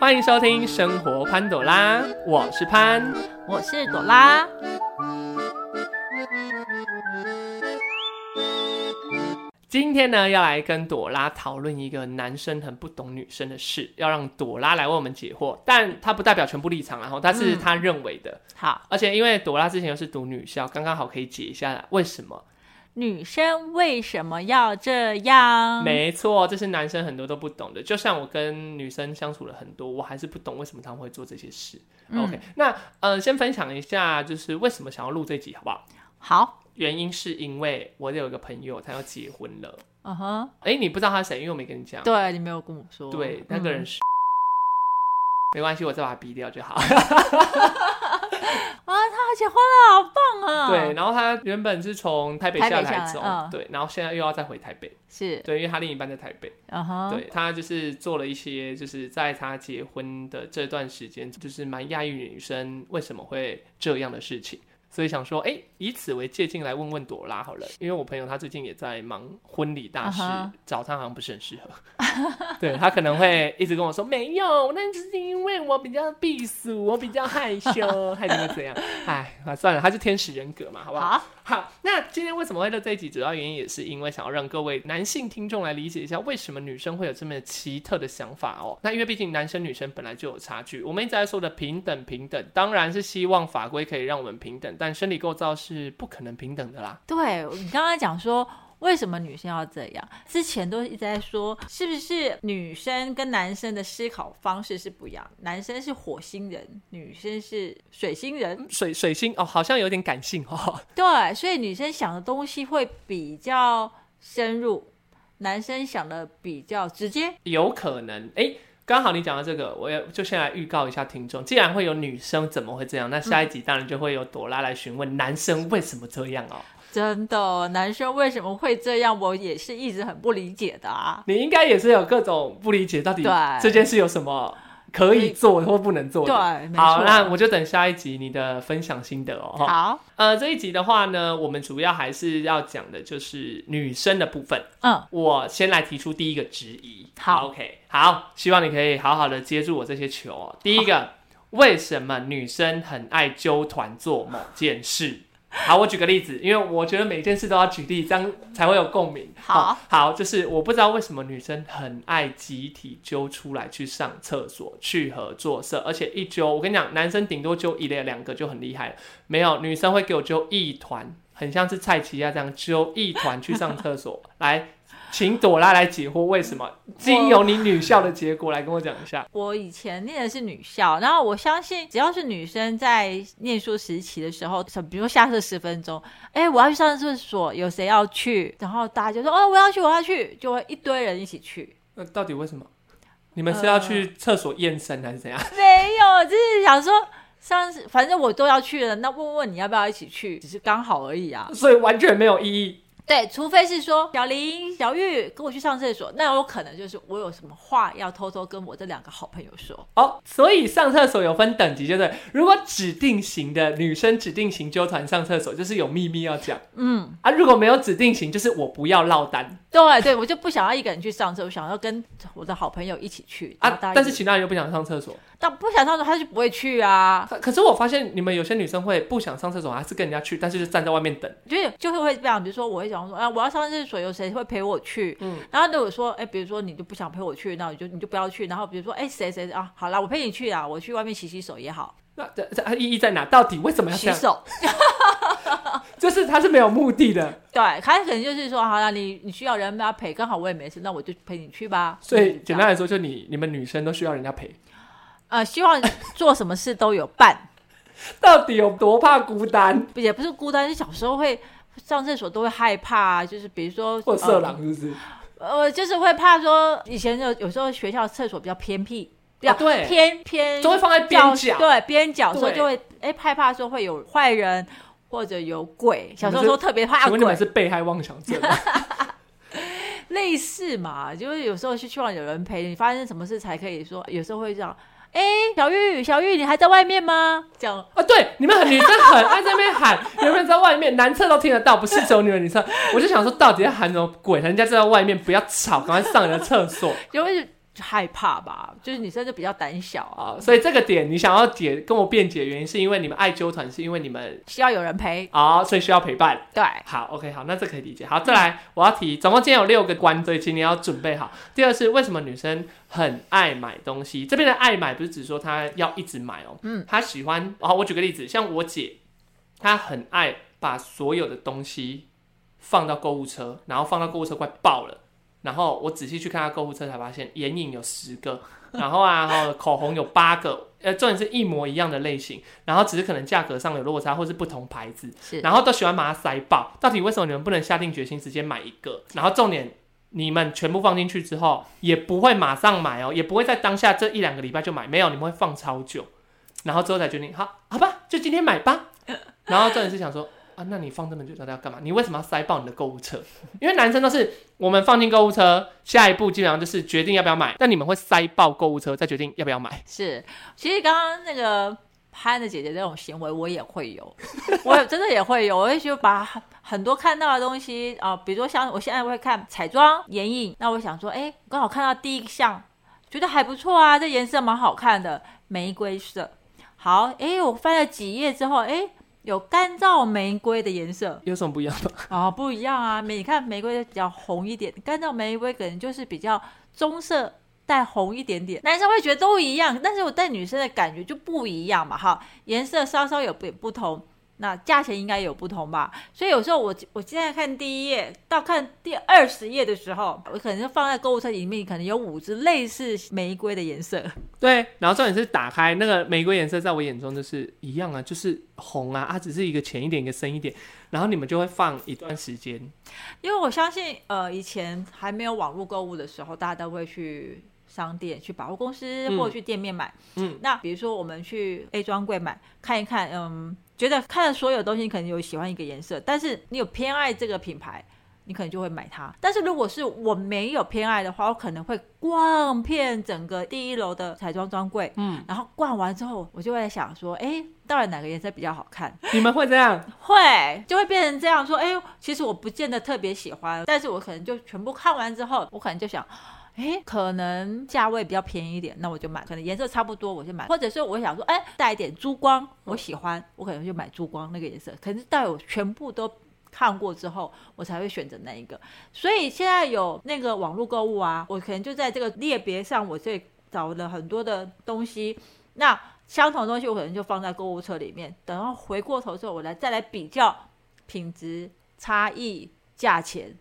欢迎收听《生活潘朵拉》，我是潘。我是朵拉。今天呢，要来跟朵拉讨论一个男生很不懂女生的事，要让朵拉来为我们解惑，但他不代表全部立场啊，然后他是嗯他认为的，好，而且因为朵拉之前又是读女校，刚刚好可以解一下为什么。女生为什么要这样？没错，这是男生很多都不懂的。就像我跟女生相处了很多，我还是不懂为什么他们会做这些事。嗯 OK，那呃，先分享一下，就是为什么想要录这集，好不好？好，原因是因为我有一个朋友，他要结婚了。嗯哼，哎、你不知道他是谁，因为我没跟你讲。对你没有跟我说，对，那个人嗯是、没关系，我再把它逼掉就 好。啊，他结婚了，好棒啊！对，，然后他原本是从台北台下北下台来中，嗯对，然后现在又要再回台北，是，对，因为他另一半在台北。嗯哼，对他就是做了一些，就是在他结婚的这段时间，就是蛮讶异女生为什么会这样的事情，所以想说，哎、以此为借鉴来问问朵拉好了，因为我朋友他最近也在忙婚礼大事啊哈找他好像不是很适合， 对他可能会一直跟我说没有，那只是因为我比较避暑，我比较害羞， 害羞怎样？哎，啊算了，他是天使人格嘛，好不好？好，好，那今天为什么会录这一集？主要原因也是因为想要让各位男性听众来理解一下，为什么女生会有这么奇特的想法哦。那因为毕竟男生女生本来就有差距，我们一直在说的平等平等，当然是希望法规可以让我们平等，但生理构造是不可能平等的啦。对你刚刚讲说。为什么女生要这样？之前都一直在说，是不是女生跟男生的思考方式是不一样？男生是火星人，女生是水星人。水水星哦，好像有点感性哦。对，所以女生想的东西会比较深入，男生想的比较直接。有可能。哎、刚好你讲到这个，我也就先来预告一下听众，既然会有女生怎么会这样，那下一集当然就会有朵拉来询问男生为什么这样哦。真的，男生为什么会这样？我也是一直很不理解的啊。你应该也是有各种不理解，到底对这件事有什么可以做或不能做对，的。没错。好，那我就等下一集你的分享心得哦。哈好，呃，这一集的话呢，我们主要还是要讲的就是女生的部分。嗯，我先来提出第一个质疑。好，OK，好，希望你可以好好的接住我这些球哦。第一 个，为什么女生很爱纠团做某件事？好，我举个例子，因为我觉得每件事都要举例，这样才会有共鸣。好好，就是我不知道为什么女生很爱集体揪出来去上厕所、去合作社，而且一揪，我跟你讲，男生顶多揪一两两个就很厉害了，没有女生会给我揪一团，很像是蔡奇亚这样揪一团去上厕所。来，请朵拉来解惑为什么，经由你女校的结果来跟我讲一下。我以前念的是女校，然后我相信只要是女生在念书时期的时候，比如说下课十分钟，哎，我要去上厕所，有谁要去？然后大家就说哦，我要去，我要去，就会一堆人一起去。那呃到底为什么？你们是要去厕所验身还是怎样？没有，就是想说上次反正我都要去了，那问问你要不要一起去，只是刚好而已啊。所以完全没有意义。对，除非是说小林、小玉跟我去上厕所，那有可能就是我有什么话要偷偷跟我这两个好朋友说。哦，所以上厕所有分等级，就是如果指定型的女生指定型纠团上厕所，就是有秘密要讲嗯，啊；如果没有指定型，就是我不要落单对对，我就不想要一个人去上厕所，我想要跟我的好朋友一起去然啊后大。家但是一起其他人又不想上厕所。但不想上厕所，他就不会去啊，可可是我发现你们有些女生会不想上厕所，还是跟人家去，但是就站在外面等。就是就会会这样，比如说我会想说，啊，我要上厕所，有谁会陪我去？嗯然后如果说，哎，比如说你就不想陪我去，那我就你就不要去。然后比如说，哎，谁谁啊，好啦，我陪你去啊，我去外面洗洗手也好，那这这它意义在哪？到底为什么要这洗样？手。就是它是没有目的的，对，他可能就是说，好啦，你你需要人要陪，刚好我也没事，那我就陪你去吧。所以嗯简单，来说，就你你们女生都需要人家陪。呃，希望做什么事都有伴，到底有多怕孤单也不是孤单，就小时候会上厕所都会害怕、啊，就是比如说或色狼，是不是？呃，呃，就是会怕说以前有有时候学校厕所比较偏僻，比较啊对偏偏都会放在边教角对边角，所以对就会哎害怕说会有坏人或者有鬼，小时候你们都是特别怕请问你鬼们，是被害妄想症吗？ 类似嘛，就是有时候是希望有人陪你，发生什么事才可以说，有时候会这样。哎、小玉，小玉，你还在外面吗？这样啊，对，你们很女生很爱在那边喊，有没有在外面？男厕都听得到，不是只有女人女厕。我就想说，到底在喊什么鬼？人家就在外面，不要吵，赶快上你的厕所。就会害怕吧，就是女生就比较胆小啊，啊，所以这个点你想要解跟我辩解，原因是因为你们爱纠团，是因为你们需要有人陪。啊、所以需要陪伴。对，好，OK，好，那这可以理解。好，再来，我要提，总共今天有六个关，所以请你要准备好。第二是为什么女生很爱买东西？这边的爱买不是指说她要一直买哦，嗯，她喜欢。好，我举个例子，像我姐，她很爱把所有的东西放到购物车，然后放到购物车快爆了。然后我仔细去看她购物车，才发现眼影有十个，然后啊，然后口红有八个，呃，重点是一模一样的类型，然后只是可能价格上有落差，或是不同牌子。是然后都喜欢把它塞爆。到底为什么你们不能下定决心直接买一个？然后重点，你们全部放进去之后，也不会马上买哦，也不会在当下这一两个礼拜就买，没有，你们会放超久，然后之后才决定，好，好吧，就今天买吧。 然后重点是想说。啊，那你放这么久到底要干嘛？你为什么要塞爆你的购物车？因为男生都是我们放进购物车，下一步基本上就是决定要不要买，但你们会塞爆购物车，再决定要不要买。是，其实刚刚那个潘的姐姐这种行为，我也会有， 我也真的也会有，我也就把很很多看到的东西啊、比如说像我现在会看彩妆、眼影，那我想说，哎，刚好看到第一项，觉得还不错啊，这颜色蛮好看的，玫瑰色。好，哎，我翻了几页之后，哎，有干燥玫瑰的颜色，有什么不一样吗？哦，不一样啊！玫你看玫瑰比较红一点，干燥玫瑰可能就是比较棕色带红一点点。男生会觉得都一样，但是我带女生的感觉就不一样嘛，哈，颜色稍稍有不不同，那价钱应该有不同吧。所以有时候我我现在看第一页到看第二十页的时候，我可能就放在购物车里面，可能有五支类似玫瑰的颜色。对，然后重点是打开那个玫瑰颜色，在我眼中就是一样啊，就是红啊，啊，只是一个浅一点，一个深一点，然后你们就会放一段时间。因为我相信，呃，以前还没有网络购物的时候，大家都会去商店、去百货公司嗯或者去店面买。嗯，那比如说我们去 A 专柜买看一看，嗯，觉得看了所有东西，你可能有喜欢一个颜色，但是你有偏爱这个品牌。你可能就会买它，但是如果是我没有偏爱的话，我可能会逛遍整个第一楼的彩妆专柜，嗯，然后逛完之后，我就会在想说，哎，到底哪个颜色比较好看？你们会这样？会就会变成这样说，哎、其实我不见得特别喜欢，但是我可能就全部看完之后，我可能就想。哎，可能价位比较便宜一点，那我就买；可能颜色差不多，我就买；或者是我想说，哎，带一点珠光，我喜欢，我可能就买珠光那个颜色。可是待我全部都看过之后，我才会选择那一个。所以现在有那个网络购物啊，我可能就在这个列别上，我这找了很多的东西，那相同的东西我可能就放在购物车里面，等到回过头之后，我来再来比较品质差异、价钱，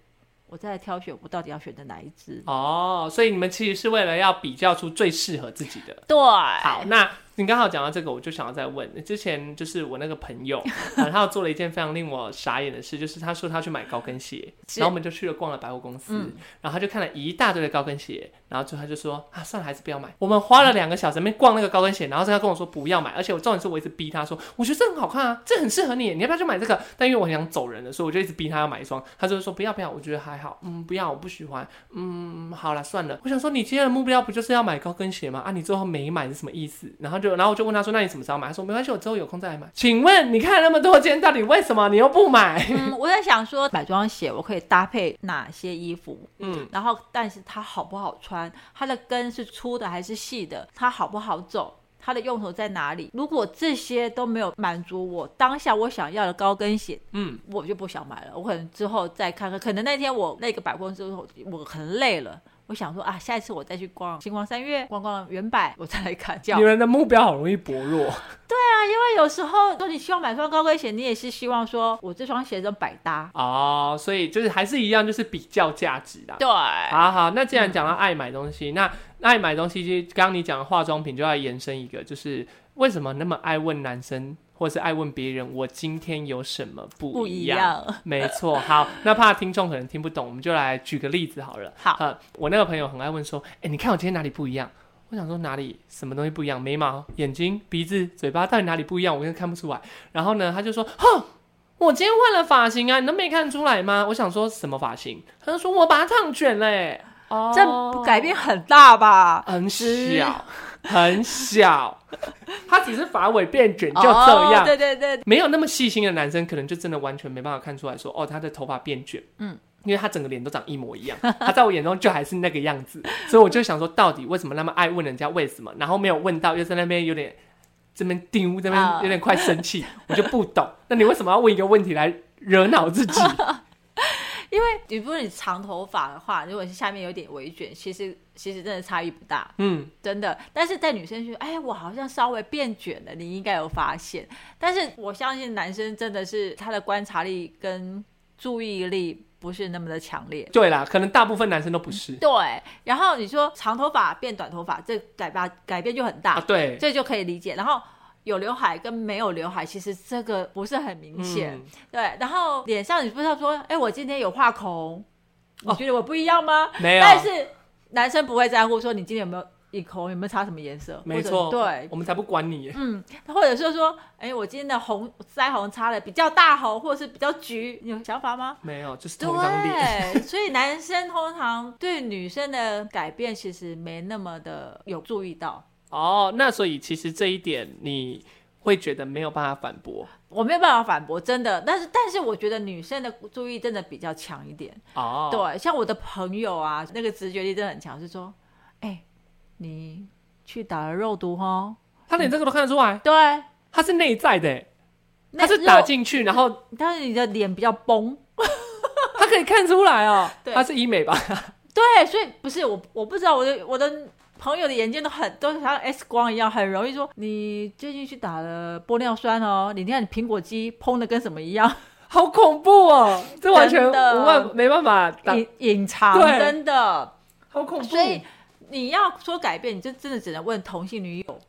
我再来挑选我到底要选择哪一支。哦，所以你们其实是为了要比较出最适合自己的。对，好，那你刚好讲到这个，我就想要再问，之前就是我那个朋 友，然后他有做了一件非常令我傻眼的事，就是他说他去买高跟鞋，是然后我们就去了逛了百货公司，嗯然后他就看了一大堆的高跟鞋，然后最后他就说啊，算了，还是不要买。我们花了两个小时在那边逛那个高跟鞋，然后他跟我说不要买，而且我重点是我一直逼他说，我觉得这很好看啊，这很适合你，你要不要去买这个？但因为我很想走人了，所以我就一直逼他要买一双，他就说不要不要，我觉得还好，嗯，不要，我不喜欢。嗯，好了，算了。我想说，你今天的目标不就是要买高跟鞋吗？啊，你最后没买是什么意思？然后就，然后我就问他说，那你什么时候买？他说没关系，我之后有空再来买。请问你看了那么多间，到底为什么你又不买？嗯，我在想说买妆鞋我可以搭配哪些衣服， 嗯，然后但是它好不好穿，它的跟是粗的还是细的，它好不好走，它的用途在哪里？如果这些都没有满足我当下我想要的高跟鞋，嗯，我就不想买了。我可能之后再看看，可能那天我那个百货公司我我很累了。我想说啊，下一次我再去逛星光三月，逛逛原百，我再来看。这 样啊你们的目标好容易薄弱。因为有时候，说你希望买双高跟鞋，你也是希望说我这双鞋怎么百搭。哦，所以就是还是一样，就是比较价值啦。对，好好，那既然讲到爱买东西，那爱买东西，其实刚刚你讲的化妆品就要延伸一个，就是为什么那么爱问男生，或是爱问别人，我今天有什么不不一一样？样。 没错，好，那怕听众可能听不懂，我们就来举个例子好了。好呃我那个朋友很爱问说，哎、你看我今天哪里不一样？我想说哪里什么东西不一样？眉毛、眼睛、鼻子、嘴巴到底哪里不一样？我根本看不出来。然后呢，他就说，哼，我今天换了发型啊，你都没看出来吗？我想说什么发型？他就说我把它烫卷嘞、哦啊这改变很大吧？很是小，很小，他只是发尾变卷就这哦样。对对对，没有那么细心的男生，可能就真的完全没办法看出来说，哦，他的头发变卷。嗯，因为他整个脸都长一模一样， 他在我眼中就还是那个样子，所以我就想说，到底为什么那么爱问人家为什么，然后没有问到，又在那边有点这边丢，这边啊有点快生气， 我就不懂，那你为什么要问一个问题来惹恼自 己？因为你如果你长头发的话，如果是下面有点微卷，其实其实真的差异不大，嗯，真的。但是在女生就哎，我好像稍微变卷了，你应该有发现。但是我相信男生真的是他的观察力跟注意力不是那么的强烈。对啦，可能大部分男生都不 是对，然后你说长头发变短头发，这改吧改变就很大，啊，对，这就可以理解。然后有刘海跟没有刘海，其实这个不是很明显。嗯对，然后脸上你不知道说，哎，我今天有画口红，你觉得我不一样吗？哦没有，但是男生不会在乎说你今天有没有一口红，有没有擦什么颜色，没或错，者对，我们才不管你耶，嗯，或者是说，哎，我今天的红腮红擦的比较大红，或者是比较橘，你有想法吗？没有，就是同一张脸，对，所以男生通常对女生的改变其实没那么的有注意到。哦，那所以其实这一点你会觉得没有办法反驳我没有办法反驳，真的，但是但是我觉得女生的注意真的比较强一点。哦，对，像我的朋友啊，那个直觉力真的很强，是说，哎、你去打了肉毒哦，他连这个都看得出来，对，他是内在的耶，那他是肉打，进去，然后但是你的脸比较崩，他可以看出来哦，对他是医美吧？ 对，所以不是我，我不知道我的我的朋友的眼睛都很都像 X 光一样，很容易说你最近去打了玻尿酸哦，你看你苹果肌嘭的跟什么一样，好恐怖哦，这完全真无的办没办法打， 隐隐藏，对真的，好恐怖所。以你要说改变，你就真的只能问同性女友，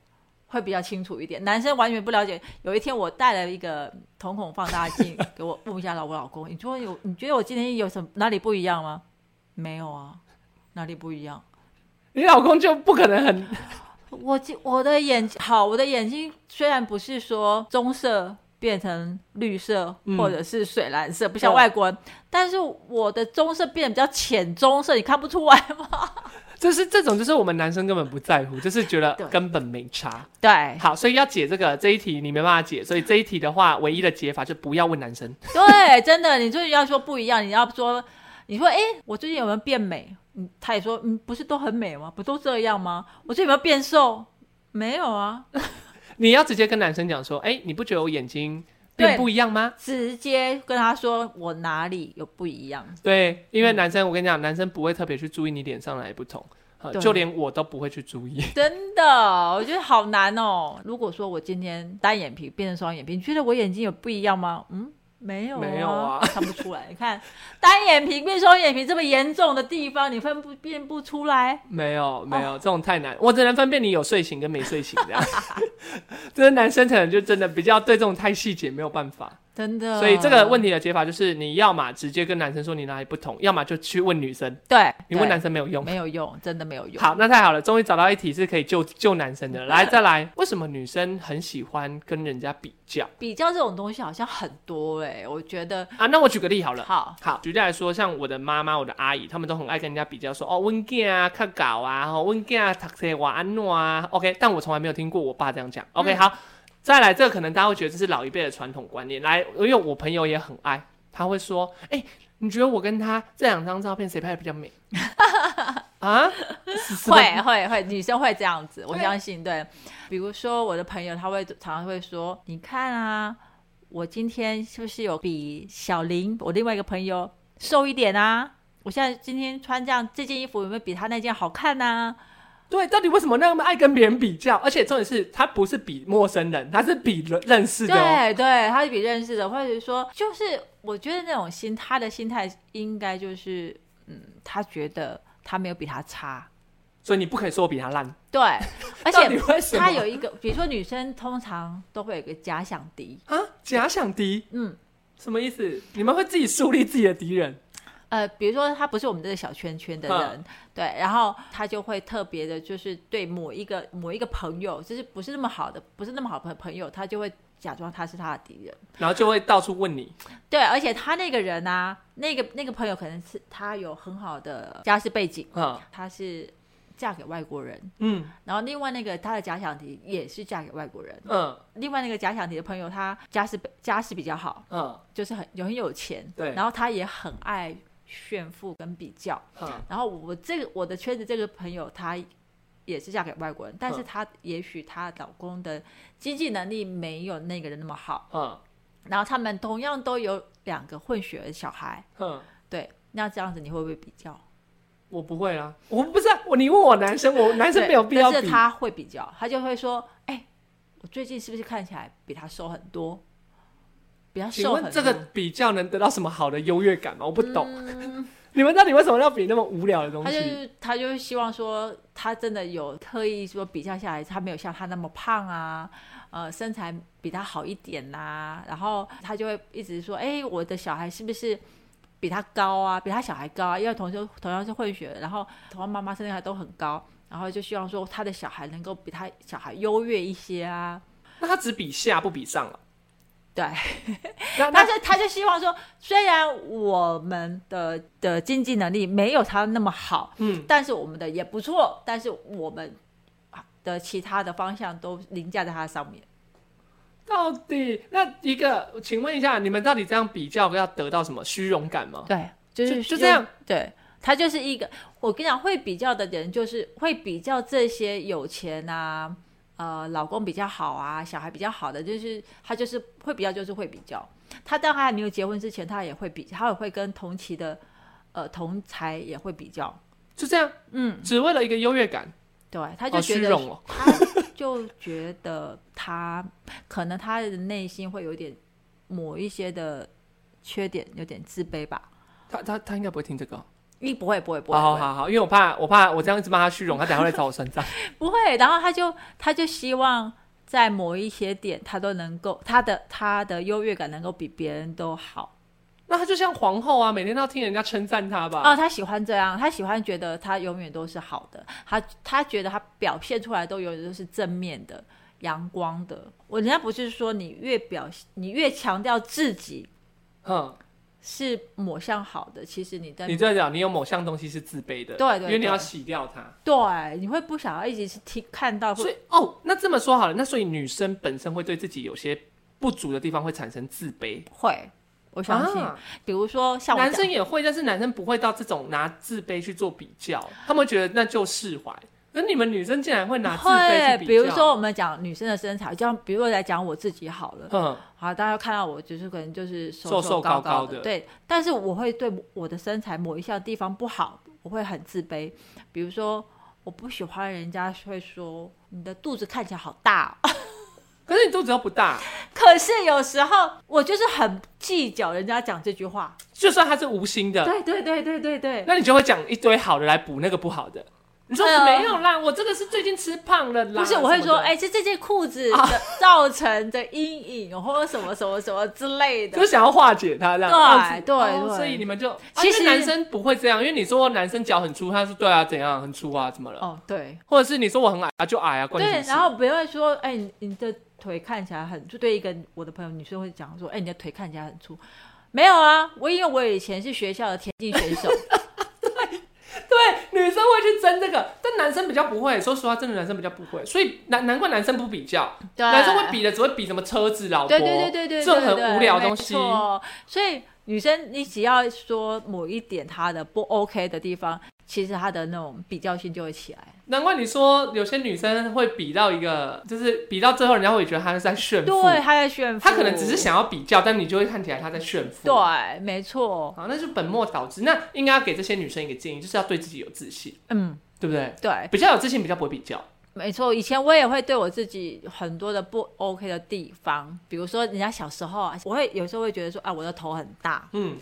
会比较清楚一点。男生完全不了解。有一天我带了一个瞳孔放大镜给我问一下老我老公，你说有你觉得我今天有什么哪里不一样吗？没有啊，哪里不一样？你老公就不可能很我今我的眼好，我的眼睛虽然不是说棕色变成绿色嗯或者是水蓝色，不像对外国人，但是我的棕色变得比较浅棕色，你看不出来吗？就是这种，就是我们男生根本不在乎，就是觉得对哎根本没差。对，好，所以要解这个这一题你没办法解，所以这一题的话，唯一的解法就不要问男生。 对，真的，你就是要说不一样，你要说，你说，哎、我最近有没有变美？嗯，他也说，嗯，不是都很美吗？不都这样吗？我最近有没有变瘦？没有啊，你要直接跟男生讲说，哎、你不觉得我眼睛变不一样吗？直接跟他说我哪里有不一样。对，因为男生，我跟你讲，男生不会特别去注意你脸上哪里不同，呃对就连我都不会去注 意。真的，我觉得好难哦。如果说我今天单眼皮变成双眼皮，你觉得我眼睛有不一样吗？嗯，没有、没有啊看不出来。你看单眼皮变双眼皮这么严重的地方，你分不辨不出来。没有，没哦有，这种太难，我只能分辨你有睡醒跟没睡醒 这样。这是男生可能就真的比较对这种太细节没有办法，真的，所以这个问题题的解法就是，你要么直接跟男生说你哪里不同，要么就去问女生。对，你问对男生没有用。没有用，真的没有用。好，那太好了，终于找到一题是可以救救男生的。来，再来，为什么女生很喜欢跟人家比较比较这种东西好像很多哎、我觉得啊？那我举个例好了。好，好，举例来说，像我的妈妈、我的阿姨，他们都很爱跟人家比较说，哦，温健啊，看搞啊，哦，温健啊，读册哇，安诺啊，OK，但我从来没有听过我爸这样讲。OK，、好，嗯再来，这个可能大家会觉得这是老一辈的传统观念。来，因为我朋友也很爱，他会说，哎、你觉得我跟他这两张照片谁拍的比较美？ 啊，什么会啊会会，女生会这样子，我对相信对。比如说我的朋友，他会常常会说：“你看啊，我今天是不是有比小林，我另外一个朋友瘦一点啊？我现在今天穿这样这件衣服有没有比他那件好看啊呢、对，到底为什么那么爱跟别人比较？而且重点是，他不是比陌生人，他是比人认识的、哦。对对，他就比认识的，或者是说，就是我觉得那种心，他的心态应该就是，嗯，他觉得他没有比他差，所以你不可以说我比他烂。 对，而到且底为什么？他有一个，比如说女生通常都会有一个假想敌，啊，假想敌嗯，什么意思？你们会自己树立自己的敌人？呃，比如说他不是我们这个小圈圈的人，对，然后他就会特别的，就是对某一个某一个朋友，就是不是那么好的，不是那么好的朋友，他就会假装他是他的敌人，然后就会到处问你，对，而且他那个人啊，那个那个朋友可能是他有很好的家世背景，啊，他是嫁给外国人，嗯然后另外那个他的假想敌也是嫁给外国人，嗯另外那个假想敌的朋友他家世家世比较好。嗯，就是很有很有钱，对然后他也很爱炫富跟比较。哼然后我这个我的圈子这个朋友，她也是嫁给外国人，但是嗯她也许她老公的经济能力没有那个人那么好，哼然后他们同样都有两个混血儿小孩，哼，对，那这样子你会不会比较？我不会啦，我不是啊我，你问我男生，我男生没有必要对但比是，他会比较，他就会说，哎、我最近是不是看起来比他瘦很多？比他请瘦很问多。这个比较能得到什么好的优越感吗？我不懂，你们到底为什么要比那么无聊的东他就西？是他就是希望说，他真的有特意说比较下来，他没有像他那么胖啊，呃，身材比他好一点呐、然后他就会一直说，哎、我的小孩是不是比他高啊，比他小孩高啊？因为同修同样是混血的，然后同样妈妈身材都很高，然后就希望说他的小孩能够比他小孩优越一些啊。那他只比下不比上了。对，那他那就他就希望说，虽然我们的的经济能力没有他那么好，嗯，但是我们的也不错，但是我们的其他的方向都凌驾在它上面。到底那一个，请问一下，你们到底这样比较要得到什么虚荣感吗？对，就就是就这样。对，他就是一个，我跟你讲，会比较的人就是会比较这些有钱啊，呃，老公比较好啊，小孩比较好的，就是他就是会比较，就是会比较。他当他还没有结婚之前，他也会比，他也会跟同期的呃同才也会比较。就这样，嗯，只为了一个优越感，对，他好就觉虚得荣哦。他就觉得他可能他的内心会有点某一些的缺点，有点自卑吧。他他他应该不会听这个哦。你不会，不会，不会，好不好好会，好，因为我怕我怕我这样一直骂他虚荣，他等下会来找我算 账。不会。然后他就他就希望在某一些点，他都能够他的他的优越感能够比别人都好。那他就像皇后啊，每天都要听人家称赞他吧。哦，他喜欢这样，他喜欢觉得他永远都是好的，他他觉得他表现出来都永远都是正面的、阳光的。我人家不是说你越表你越强调自己，嗯，是某项好的，其实你在你这样讲，你有某项东西是自卑的，对对因为你对要洗掉它。对，你会不想要一直去听看到，所以哦，那这么说好了，那所以女生本身会对自己有些不足的地方会产生自卑。会，我相信，啊比如说像我男讲生也会，但是男生不会到这种拿自卑去做比较，他们会觉得那就释怀。可你们女生竟然会拿自卑会，去比如较说，我们讲女生的身材，就像比如我来讲我自己好了，嗯，好，大家看到我就是可能就是瘦瘦瘦高高高的的，对，但是我会对我的身材某一项地方不好，我会很自卑，比如说我不喜欢人家会说你的肚子看起来好大、哦。 可是你肚子又不大，可是有时候我就是很计较人家讲这句话，就算他是无心的，对对对对对对，那你就会讲一堆好的来补那个不好的。你说对啊没有啦，我这个是最近吃胖了啦。不是，我会什么说，的哎、，是这件裤子的造成的阴影，或者什么什么什么之类就是的。想要化解它这样。对哦对哦对所以你们就其其实实男生不会这样，因为你说男生脚很粗，他说对啊，怎样很粗啊，怎么了？哦，对或者是你说我很矮啊，就矮啊，关你什对么，事然后不要说，哎、你你的腿看起来很粗。对一个我的朋友女生会讲说，哎、你的腿看起来很粗。没有啊，我因为我以前是学校的田径选手，对，女生会去争这个，但男生比较不会。说实话，真的男生比较不会，所以难难怪男生不比较，对男生会比的只会比什么车子、老婆，对对对对对，这种对很无聊的没东西。错所以女生，你只要说某一点她的不 OK 的地方，其实她的那种比较心就会起来。难怪你说有些女生会比到一个，就是比到最后，人家会觉得她是在炫富，对，她在炫富，她可能只是想要比较，但你就会看起来她在炫富。对，没错，好，那就本末倒置。那应该要给这些女生一个建议，就是要对自己有自信，嗯，对不对？对，比较有自信，比较不会比较。没错。以前我也会对我自己很多的不 OK 的地方，比如说人家小时候啊，我会有时候会觉得说啊，我的头很大， 嗯，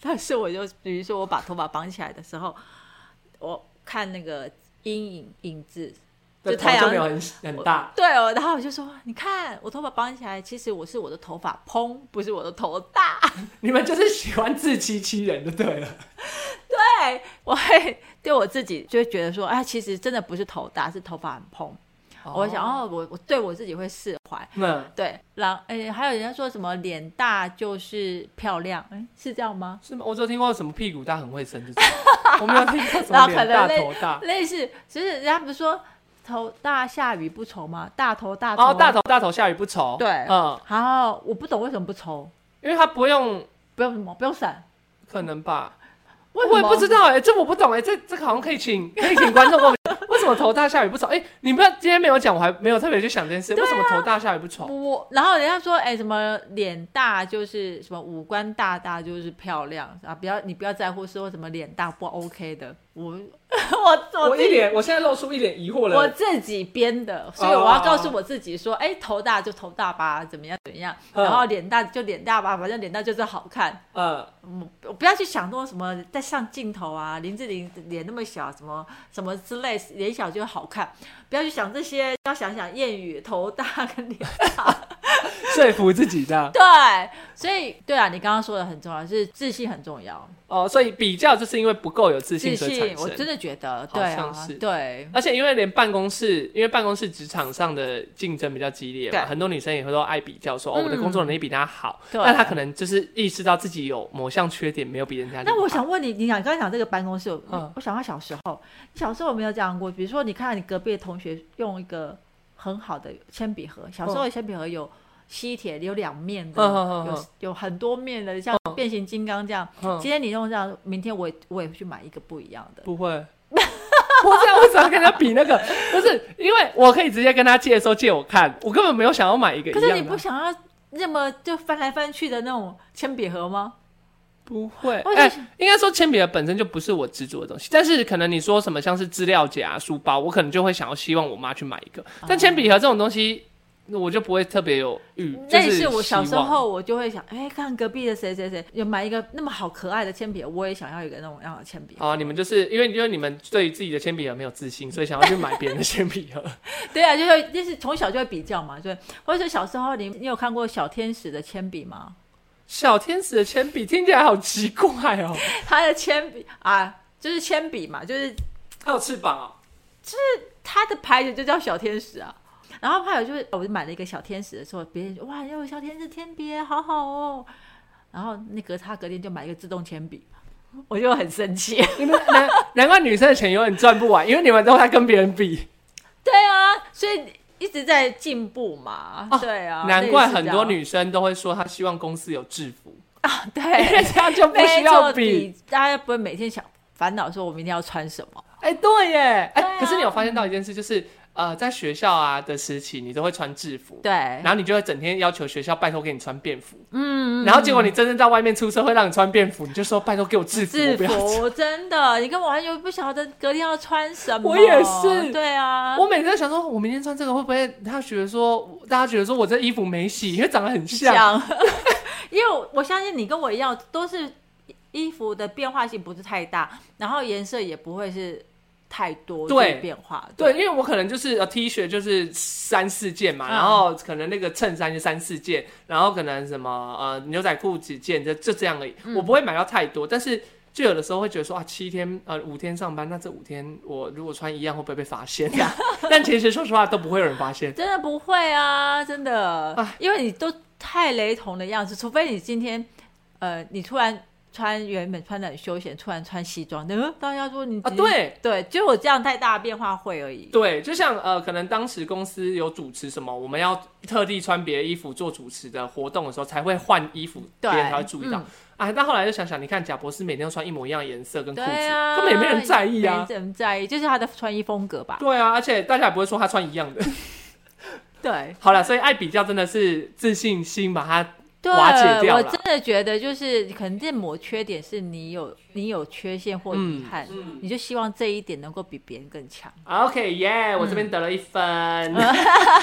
但是我就比如说我把头发绑起来的时候，我看那个阴影影子，对，就头太阳就没有很很大。对哦，然后我就说，你看我头发绑起来，其实我是我的头发蓬，不是我的头大。 你们就是喜欢自欺欺人就对了。对，我会对我自己就会觉得说，啊，其实真的不是头大，是头发很蓬。 我想，哦，我我对我自己会释怀。那对，然诶、还有人家说什么脸大就是漂亮，诶是这样吗？是吗？我只有听过什么屁股大很会生这 种，我没有听过什么然后可脸能大类头大。类似，就是人家不是说头大下雨不愁吗？大头大哦，大头，头大头下雨不愁。对嗯，然后我不懂为什么不愁，因为他不用不用什么不用伞，可能吧。为我什也么不知道哎、这我不懂哎、这这个好像可以请可以请观众跟我们讲， 为什么头大下雨不愁？哎、你不要今天没有讲，我还没有特别去想这件事，为什么头大下雨不愁？我，然后人家说，哎、什么脸大就是什么五官大大就是漂亮啊，不要你不要在乎说什么脸大不 OK 的，我我我自一己脸，我现在露出一脸疑惑哦我了。哦自己编的，所以我要告诉我自己说，哎、头大就头大吧，怎么样怎么样，嗯然后脸大就脸大吧，反正脸大就是好看，呃，我我不要去想多什么在上镜头啊，林志玲脸那么小，什么什么之类，脸小就好看，不要去想这些，要想想谚语，头大 跟脸大。说服自己这样对，所以对啊，你刚刚说的很重要，就是自信很重要。哦，所以比较就是因为不够有自自信所以产信，生。我真的觉得，对好啊像是，对，而且因为连办公室，因为办公室职场上的竞争比较激烈嘛，对很多女生也会都爱比较说，哦，我的嗯工作能力比她好，对但她可能就是意识到自己有某项缺点没有比人家厉害。那我想问你，你想刚才讲这个办公室，我、嗯我想到小时候，你小时候有没有这样过？比如说，你看到你隔壁的同学用一个很好的铅笔盒，小时候的铅笔盒有吸铁，有两面嗯的，嗯嗯嗯有有很多面的，像变形金刚这样。嗯今天你用这样，明天我也我也去买一个不一样的。不 会，我这样为什么要跟他比那个？不是因为我可以直接跟他借的时候借我看，我根本没有想要买一个一可样啊的。是你不想要那么就翻来翻去的那种铅笔盒吗？不会，我也哎、是应该说铅笔盒本身就不是我执着的东西，但是可能你说什么像是资料夹、啊书包，我可能就会想要希望我妈去买一个，哦但铅笔盒这种东西，我就不会特别有欲，就那也是我希小时望候，我就会想，哎、看隔壁的谁谁谁有买一个那么好可爱的铅笔，我也想要一个那种那样的铅笔。啊，你们就是因为因为你们对于自己的铅笔盒没有自信，所以想要去买别人的 铅笔盒。对啊，就是就是从小就会比较嘛，对。或者是小时候你你有看过小天使的铅笔吗？小天使的铅笔听起来好奇怪哦， 他的铅笔啊，就是铅笔嘛，就是它有翅膀哦。他的牌子就叫小天使啊。然后还有就是，我就买了一个小天使的时候，别人就哇，又有小天使铅笔，好好哦。然后那个他隔天就买一个自动铅笔，我就很生气。 你们难 难怪女生的钱永远赚不完，因为你们都在跟别人比。对啊，所以一直在进步嘛。哦对啊，难怪类似很这多样啊女生都会说她希望公司有制服，因为 对，这样就不需没要错比。，大家不会每天想烦恼说我明天要穿什么。哎、对耶，哎、对啊可是你有发现到一件事，就是呃，在学校啊的时期，你都会穿制服。对然，后你就会整天要求学校拜托给你穿便服，嗯，然后结果你真正到外面出社会让你穿便服，你就说拜托给我制服，制我不要穿。服真的，你根本完全不晓得隔天要穿什么。我也是对啊，我每天都想说，我明天穿这个会不会他觉得说大家觉得说我这衣服没洗，因为长得很像。想， 因为我我相信你跟我一样，都是衣服的变化性不是太大，然后颜色也不会是太多对这个变化。对，因为我可能就是呃 T 恤就是三四件嘛，嗯然后可能那个衬衫就三四件，然后可能什么呃牛仔裤几件，就就这样而已。我不会买到太多，但是就有的时候会觉得说啊，七天呃五天上班，那这五天我如果穿一样会不会被发现？啊 但其实说实话都不会有人发现。真的不会啊，真的唉，因为你都太雷同的样子，除非你今天，呃，你突然穿原本穿的很休闲，突然穿西装，嗯，大家说你啊对对，就我这样太大的变化会而已。对，就像呃，可能当时公司有主持什么，我们要特地穿别的衣服做主持的活动的时候，才会换衣服，别对人才会注意到。嗯啊，但后来就想想，你看贾博士每天都穿一模一样的颜色跟裤子，对啊，根本也没人在意啊没。人在意，就是他的穿衣风格吧。对啊，而且大家也不会说他穿一样的。 对，好了，所以爱比较真的是自信心把它对，瓦解掉我了真的觉得就是可能这抹缺点是你有你有缺陷或遗嗯憾，你就希望这一点能够比别人更强。 OK 耶、嗯我这边得了一分。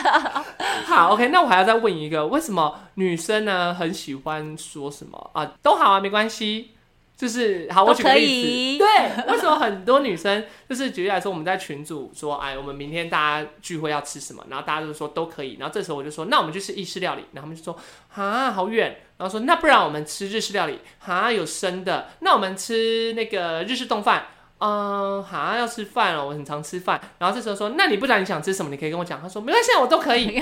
好 OK，那我还要再问一个，为什么女生呢很喜欢说什么啊？都好啊，没关系。就是好，我都举个可例以子，对，为什么很多女生就是举例来说，我们在群组说，哎，我们明天大家聚会要吃什么，然后大家就说都可以，然后这时候我就说，那我们去吃意式料理，然后他们就说啊，好远。然后说那不然我们吃日式料理，哈有生的。那我们吃那个日式冻饭，嗯，哈要吃饭啊哦，我很常吃饭。然后这时候说，那你不然你想吃什么，你可以跟我讲。他说没关系啊，我都可以。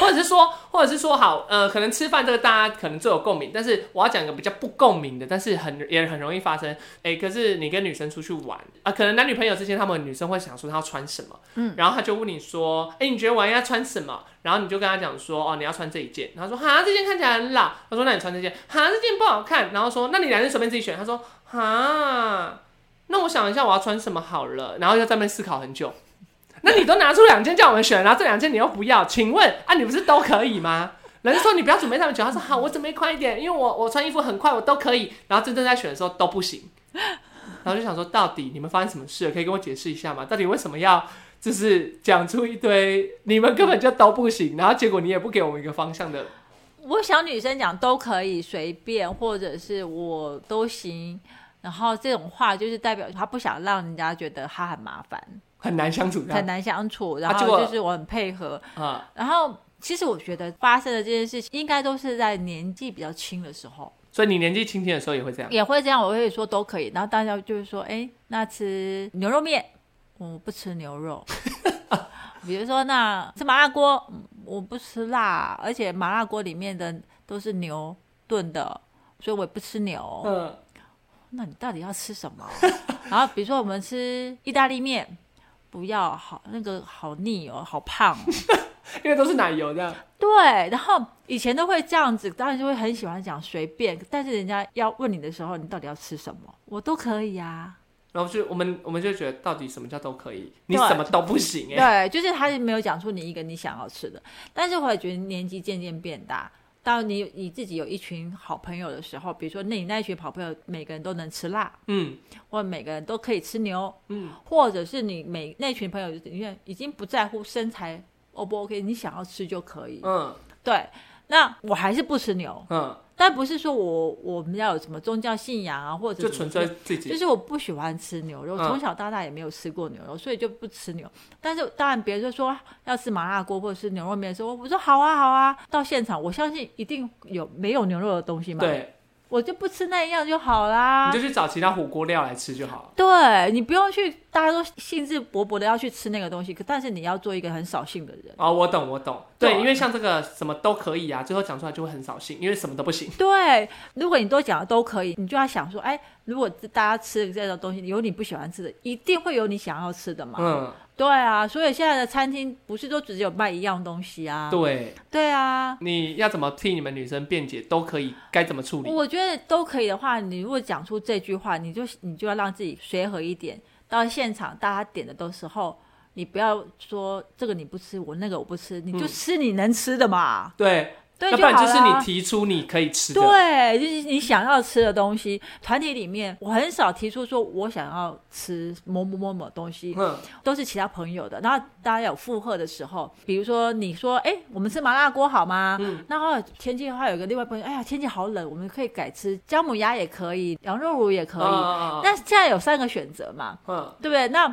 或者是说，或者是说好，呃，可能吃饭这个大家可能最有共鸣，但是我要讲一个比较不共鸣的，但是很也很容易发生。哎、可是你跟女生出去玩啊、可能男女朋友之间，他们女生会想说她要穿什么，嗯，然后他就问你说，哎、你觉得我应该穿什么？然后你就跟他讲说，哦，你要穿这一件。他说，哈，这件看起来很老。他说，那你穿这件，哈，这件不好看。然后说，那你男生随便自己选。他说，哈，那我想一下我要穿什么好了，然后又在那边思考很久。那你都拿出两件叫我们选，然后这两件你又不要，请问啊，你不是都可以吗？人家说你不要准备那么久，他说好，我准备快一点，因为我我穿衣服很快，我都可以。然后真正在选的时候都不行，然后就想说，到底你们发生什么事了？可以跟我解释一下吗？到底为什么要就是讲出一堆你们根本就都不行，然后结果你也不给我们一个方向的？我想女生讲都可以随便，或者是我都行，然后这种话就是代表她不想让人家觉得她很麻烦，很难相处这很样难相处，啊然结果后就是我很配合，啊、然后其实我觉得发生的这件事情应该都是在年纪比较轻的时候。所以你年纪轻轻的时候也会这样，也会这样，我会说都可以。然后大家就是说，哎，那吃牛肉面，我不吃牛肉。 比如说，那吃麻辣锅，嗯我不吃辣，而且麻辣锅里面的都是牛炖的，所以我也不吃牛。嗯，那你到底要吃什么？ 然后比如说我们吃意大利面，不要好那个好腻哦，好胖哦。 因为都是奶油这样，对，然后以前都会这样子，当然就会很喜欢讲随便，但是人家要问你的时候，你到底要吃什么，我都可以啊。然后就我们我们就觉得到底什么叫都可以，你对什么都不行哎、对，就是他没有讲出你一个你想要吃的，但是我也觉得年纪渐渐变大，到你你自己有一群好朋友的时候，比如说那你那一群好朋友每个人都能吃辣，嗯或者每个人都可以吃牛，嗯，或者是你每那群朋友里面已经不在乎身材 O 不 OK，你想要吃就可以。嗯对，那我还是不吃牛，嗯，但不是说我我们要有什么宗教信仰啊，或者就什么纯粹自己就是我不喜欢吃牛肉，嗯从小到大也没有吃过牛肉，所以就不吃牛。但是当然，别人就说要吃麻辣锅或者是牛肉面的时候，我说好啊好啊。到现场，我相信一定有没有牛肉的东西嘛，对，我就不吃那一样就好啦你。就去找其他火锅料来吃就好了。对你不用去，大家都兴致勃勃的要去吃那个东西，可但是你要做一个很扫兴的人。哦，我懂，我懂。对对，因为像这个什么都可以啊，最后讲出来就会很扫兴，因为什么都不行。对，如果你都讲的都可以，你就要想说，哎，如果大家吃的这种东西，有你不喜欢吃的，一定会有你想要吃的嘛。嗯，对啊，所以现在的餐厅不是都只有卖一样东西啊？对，对啊，你要怎么替你们女生辩解都可以，该怎么处理？我觉得都可以的话，你如果讲出这句话，你就你就要让自己随和一点。到现场大家点的的时候，你不要说这个你不吃，我那个我不吃，你就嗯吃你能吃的嘛。对，对，要不然好就是啦你提出你可以吃的，对，就是你想要吃的东西。团体里面，我很少提出说我想要吃某某某某东西，嗯，都是其他朋友的。然后大家有附和的时候，比如说你说：“哎、我们吃麻辣锅好吗？”嗯然后天气的话，有个另外朋友：“哎呀，天气好冷，我们可以改吃姜母鸭也可以，羊肉炉也可以。嗯那现在有三个选择嘛，嗯对不对？那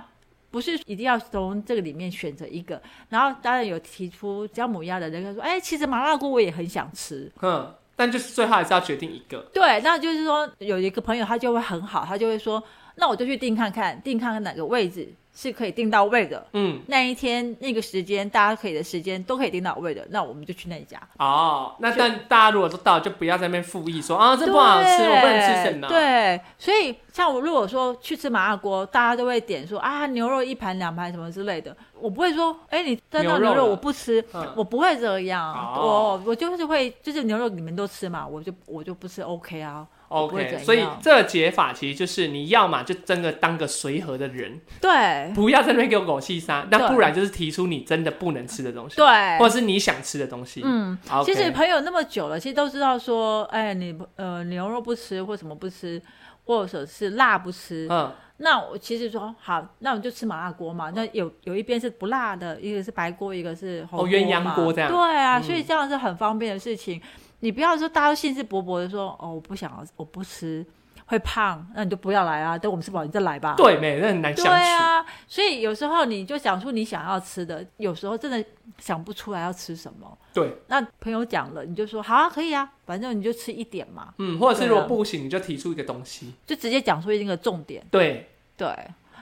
不是一定要从这个里面选择一个。然后当然有提出姜母鸭的人，他说：“哎、其实麻辣锅我也很想吃。”嗯，但就是最后还是要决定一个。对，那就是说有一个朋友他就会很好，他就会说，那我就去订看看，订看看哪个位置是可以订到位的。嗯，那一天那个时间，大家可以的时间都可以订到位的，那我们就去那一家。哦，那但大家如果都到，就不要在那边附议说啊，这不好吃，我不能吃啊什么。，对，所以像我如果说去吃麻辣锅，大家都会点说啊牛肉一盘两盘什么之类的，我不会说哎你端到牛肉牛肉了我不吃，嗯我不会这样，哦我我就是会就是牛肉你们都吃嘛，我就我就不吃 OK 啊。我不会怎 OK，样所以这个解法其实就是你要嘛就真的当个随和的人， 对，不要在那边给我狗气杀，那对不然就是提出你真的不能吃的东西，对或者是你想吃的东西。嗯 OK，其实朋友那么久了，其实都知道说，哎，你呃牛肉不吃，或什么不吃，或者是辣不吃。嗯，那我其实说好，那我们就吃麻辣锅嘛。那有有一边是不辣的，一个是白锅，一个是红哦鸳鸯嘛锅这样对啊，嗯所以这样是很方便的事情。你不要说大家都兴致勃勃的说，哦，我不想要，我不吃，会胖，那你就不要来啊。等我们吃饱你再来吧。对，没，那很难对相处。啊，所以有时候你就讲出你想要吃的，有时候真的想不出来要吃什么。对，那朋友讲了，你就说好啊，可以啊，反正你就吃一点嘛，嗯，或者是对啊如果不行，你就提出一个东西。啊就直接讲出一个重点。对，对，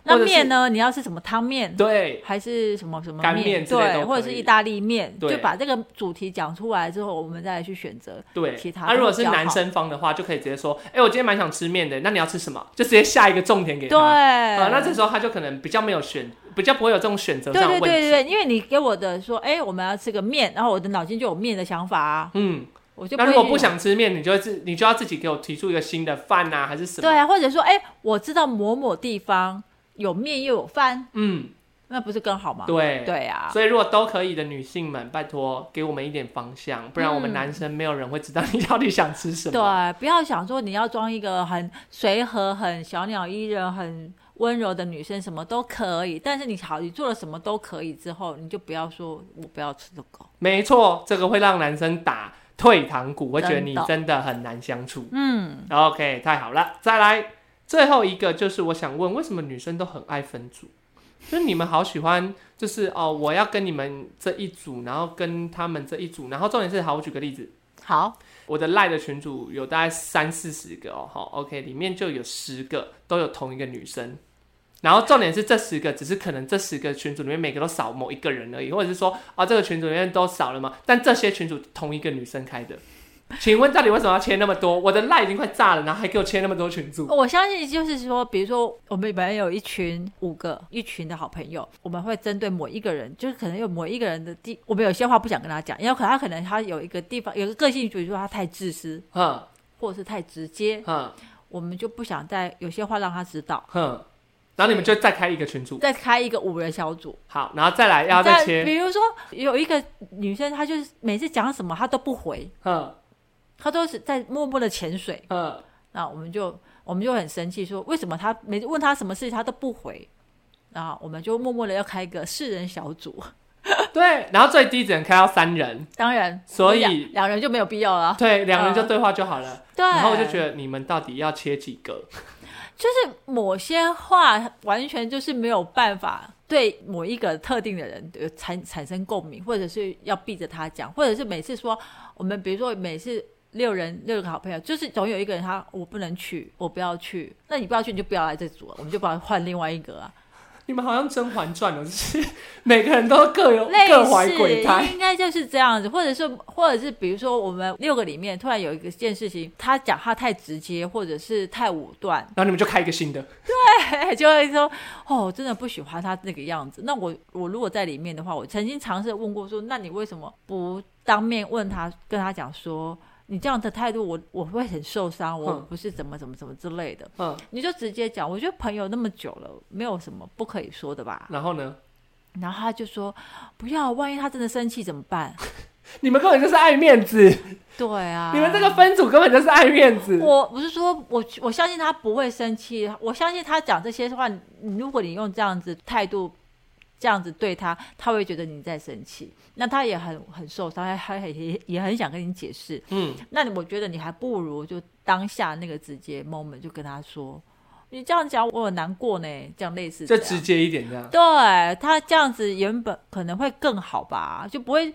那或者是面呢？你要是什么汤面？对，还是什么什么干面之类都可对，以或者是意大利面，对就把这个主题讲出来之后，我们再来去选择。对，其他啊、如果都比是较男好生方的话，就可以直接说，哎、我今天蛮想吃面的，那你要吃什么？就直接下一个重点给对，他。呃啊，那这时候他就可能比较没有选，比较不会有这种选择对上的对问题。对对对，因为你给我的说，哎，我们要吃个面，然后我的脑筋就有面的想法啊，嗯，我就那如会果不。想吃面，你就会自你就要自己给我提出一个新的饭啊，还是什么？对啊，或者说，哎，我知道某某地方有面又有饭，嗯，那不是更好吗？对。对啊，所以，如果都可以的女性们，拜托给我们一点方向，不然我们嗯男生没有人会知道你到底想吃什么。对，不要想说你要装一个很随和、很小鸟依人、很温柔的女生，什么都可以。但是你好，你做了什么都可以之后，你就不要说我不要吃这个。没错，这个会让男生打退堂鼓，会觉得你真的真的很难相处。嗯， OK，太好了，再来最后一个就是我想问，为什么女生都很爱分组？就是你们好喜欢，就是哦，我要跟你们这一组，然后跟他们这一组，然后重点是，好，我举个例子，好，我的赖的群组有大概三四十个哦，好，OK，里面就有十个都有同一个女生，然后重点是这十个只是可能这十个群组里面每个都少某一个人而已，或者是说啊、这个群组里面都少了嘛，但这些群组同一个女生开的， 请问到底为什么要切那么多？我的赖已经快炸了，然后还给我切那么多群 组，我相信就是说，比如说我们本来有一群五个一群的好朋友，我们会针对某一个人，就是可能有某一个人的地，我们有些话不想跟他讲，也有可能他可能他有一个地方有一个个性，比如说他太自私，哼或者是太直接，哼我们就不想再有些话让他知道。哼，然后你们就再开一个群组，再开一个五人小组，好，然后再来要再切，比如说有一个女生，她就是每次讲什么她都不回，哼她都是在默默的潜水。哼，那我们就我们就很生气，说为什么她每次问她什么事情她都不回，然后我们就默默的要开一个四人小组。对，然后最低只能开到三人，当然，所以我们两两人就没有必要了。对，两人就对话就好了。对，然后我就觉得你们到底要切几个？ 就是某些话完全就是没有办法对某一个特定的人呃产产生共鸣，或者是要逼着他讲，或者是每次说我们比如说每次六人六个好朋友，就是总有一个人他我不能去，我不要去，那你不要去你就不要来这组了，我们就把它换另外一个啊，你们好像《甄嬛传》哦， 就是每个人都各有类各怀鬼胎似。应该就是这样子，或者是或者是比如说我们六个里面突然有一个件事情，他讲话太直接，或者是太武断，然后你们就开一个新的， 就会说哦，我真的不喜欢他那个样子。那我我如果在里面的话，我曾经尝试问过说，那你为什么不当面问他，跟他讲说你这样的态度我，我会很受伤，我嗯不是怎么怎么怎么之类的，嗯，你就直接讲。我觉得朋友那么久了，没有什么不可以说的吧。然后呢？然后他就说不要，万一他真的生气怎么办？ 你们根本就是爱面子，对啊，你们这个分组根本就是爱面子。我不是说我我相信他不会生气，我相信他讲这些话，你如果你用这样子态度。这样子对他，他会觉得你在生气，那他也很很受伤，还还也也很想跟你解释。嗯，那你我觉得你还不如就当下那个直接 moment 就跟他说，你这样讲我很难过呢，这样类似就这样直接一点这样。对他这样子原本可能会更好吧，就不会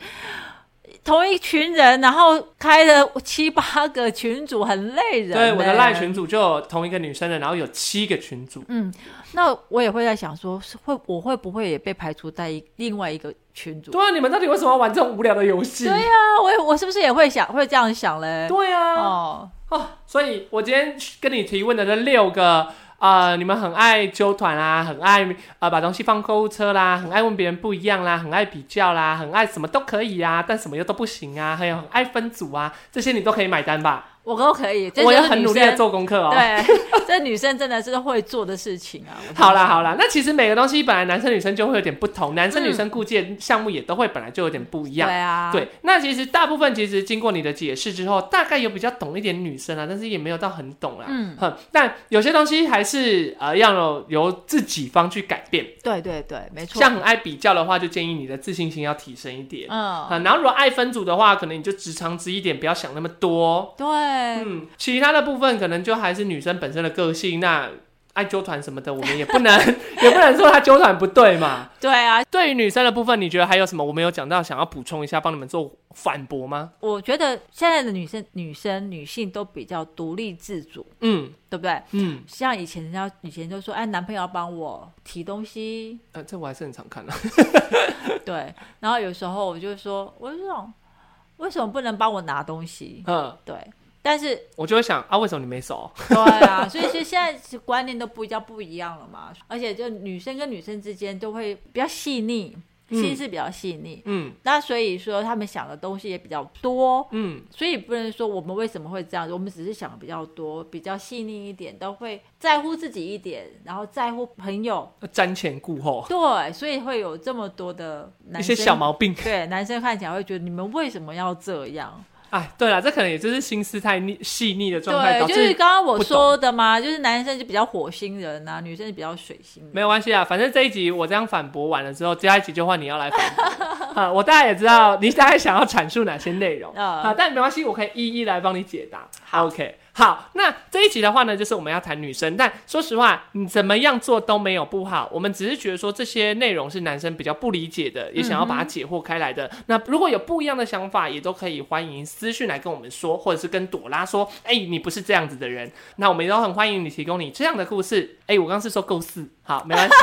同一群人，然后开了七八个群组，很累人、对，我的赖。群组就有同一个女生的，然后有七个群组。嗯，那我也会在想说，是会我会不会也被排除在一另外一个群组？对啊，你们到底为什么要玩这种无聊的游戏？对呀、我也我是不是也会想会这样想嘞？对啊，哦，哦，所以我今天跟你提问的这六个，啊，你们很爱纠团啦，很爱呃把东西放购物车啦，很爱问别人不一样啦，很爱比较啦，很爱什么都可以啊，但什么又都不行啊，还有很爱分组啊，这些你都可以买单吧？我都可以，这我也就是很女努力的生。做功课哦。对， 这女生真的是会做的事情啊。我觉得好啦好啦，那其实每个东西本来男生女生就会有点不同，男生嗯女生估计的项目也都会本来就有点不一样对。啊，对，那其实大部分其实经过你的解释之后，大概有比较懂一点女生啊，但是也没有到很懂啦。嗯哼，但有些东西还是呃要由由自己方去改变。对对对，没错。像很爱比较的话，就建议你的自信心要提升一点。嗯，啊，然后如果爱分组的话，可能你就直肠直一点，不要想那么多。嗯对，嗯，其他的部分可能就还是女生本身的个性，那爱纠团什么的，我们也不 能也不能说他纠团不对嘛。对啊，对于女生的部分，你觉得还有什么我没有讲到，想要补充一下，帮你们做反驳吗？我觉得现在的女生、女生、女性都比较独立自主，嗯对不对？嗯，像以前人家以前就说，哎，男朋友要帮我提东西， 呃，这我还是很常看 的、对。然后有时候我就说，我就说，为什么不能帮我拿东西？嗯，对，但是我就会想啊，为什么你没手？对啊，所以其实现在是观念都不比较不一样了嘛，而且就女生跟女生之间都会比较细腻，嗯心思比较细腻。嗯那所以说，他们想的东西也比较多，嗯所以不能说我们为什么会这样，我们只是想的比较多，比较细腻一点，都会在乎自己一点，然后在乎朋友，呃瞻前顾后，对，所以会有这么多的一男些生小毛病。对男生看起来会觉得你们为什么要这样？哎，对了，这可能也就是心思太腻细腻的状态，导对，就是致刚刚不我懂说的嘛，就是男生就比较火星人啊，女生就比较水星人。没有关系啊，反正这一集我这样反驳完了之后，下一集就换你要来反驳。 啊，我大概也知道你大概想要阐述哪些内容嗯啊，但没关系，我可以一一来帮你解答。好 OK，好，那这一集的话呢，就是我们要谈女生，但说实话，你怎么样做都没有不好，我们只是觉得说这些内容是男生比较不理解的，也想要把它解惑开来嗯的。那如果有不一样的想法，也都可以欢迎私讯来跟我们说，或者是跟朵拉说，哎、你不是这样子的人，那我们也都很欢迎你提供你这样的故事。哎、我刚刚是说构思，好，没关系。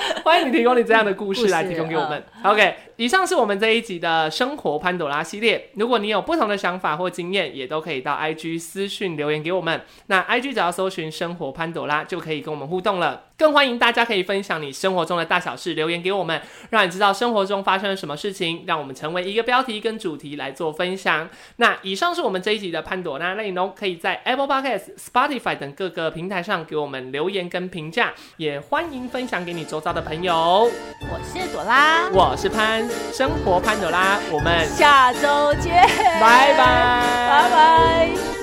欢迎你提供你这样的故事啊来提供给我们。OK，以上是我们这一集的生活潘朵拉系列。如果你有不同的想法或经验，也都可以到 IG 私讯留言给我们。那 IG 只要搜寻“生活潘朵拉”就可以跟我们互动了。更欢迎大家可以分享你生活中的大小事，留言给我们，让你知道生活中发生了什么事情，让我们成为一个标题跟主题来做分享。那以上是我们这一集的潘朵拉内容，可以在 Apple Podcast、Spotify 等各个平台上给我们留言跟评价，也欢迎分享给你周遭的朋友。我是朵拉，我是潘，生活潘朵拉，我们下周见，拜拜，拜拜拜。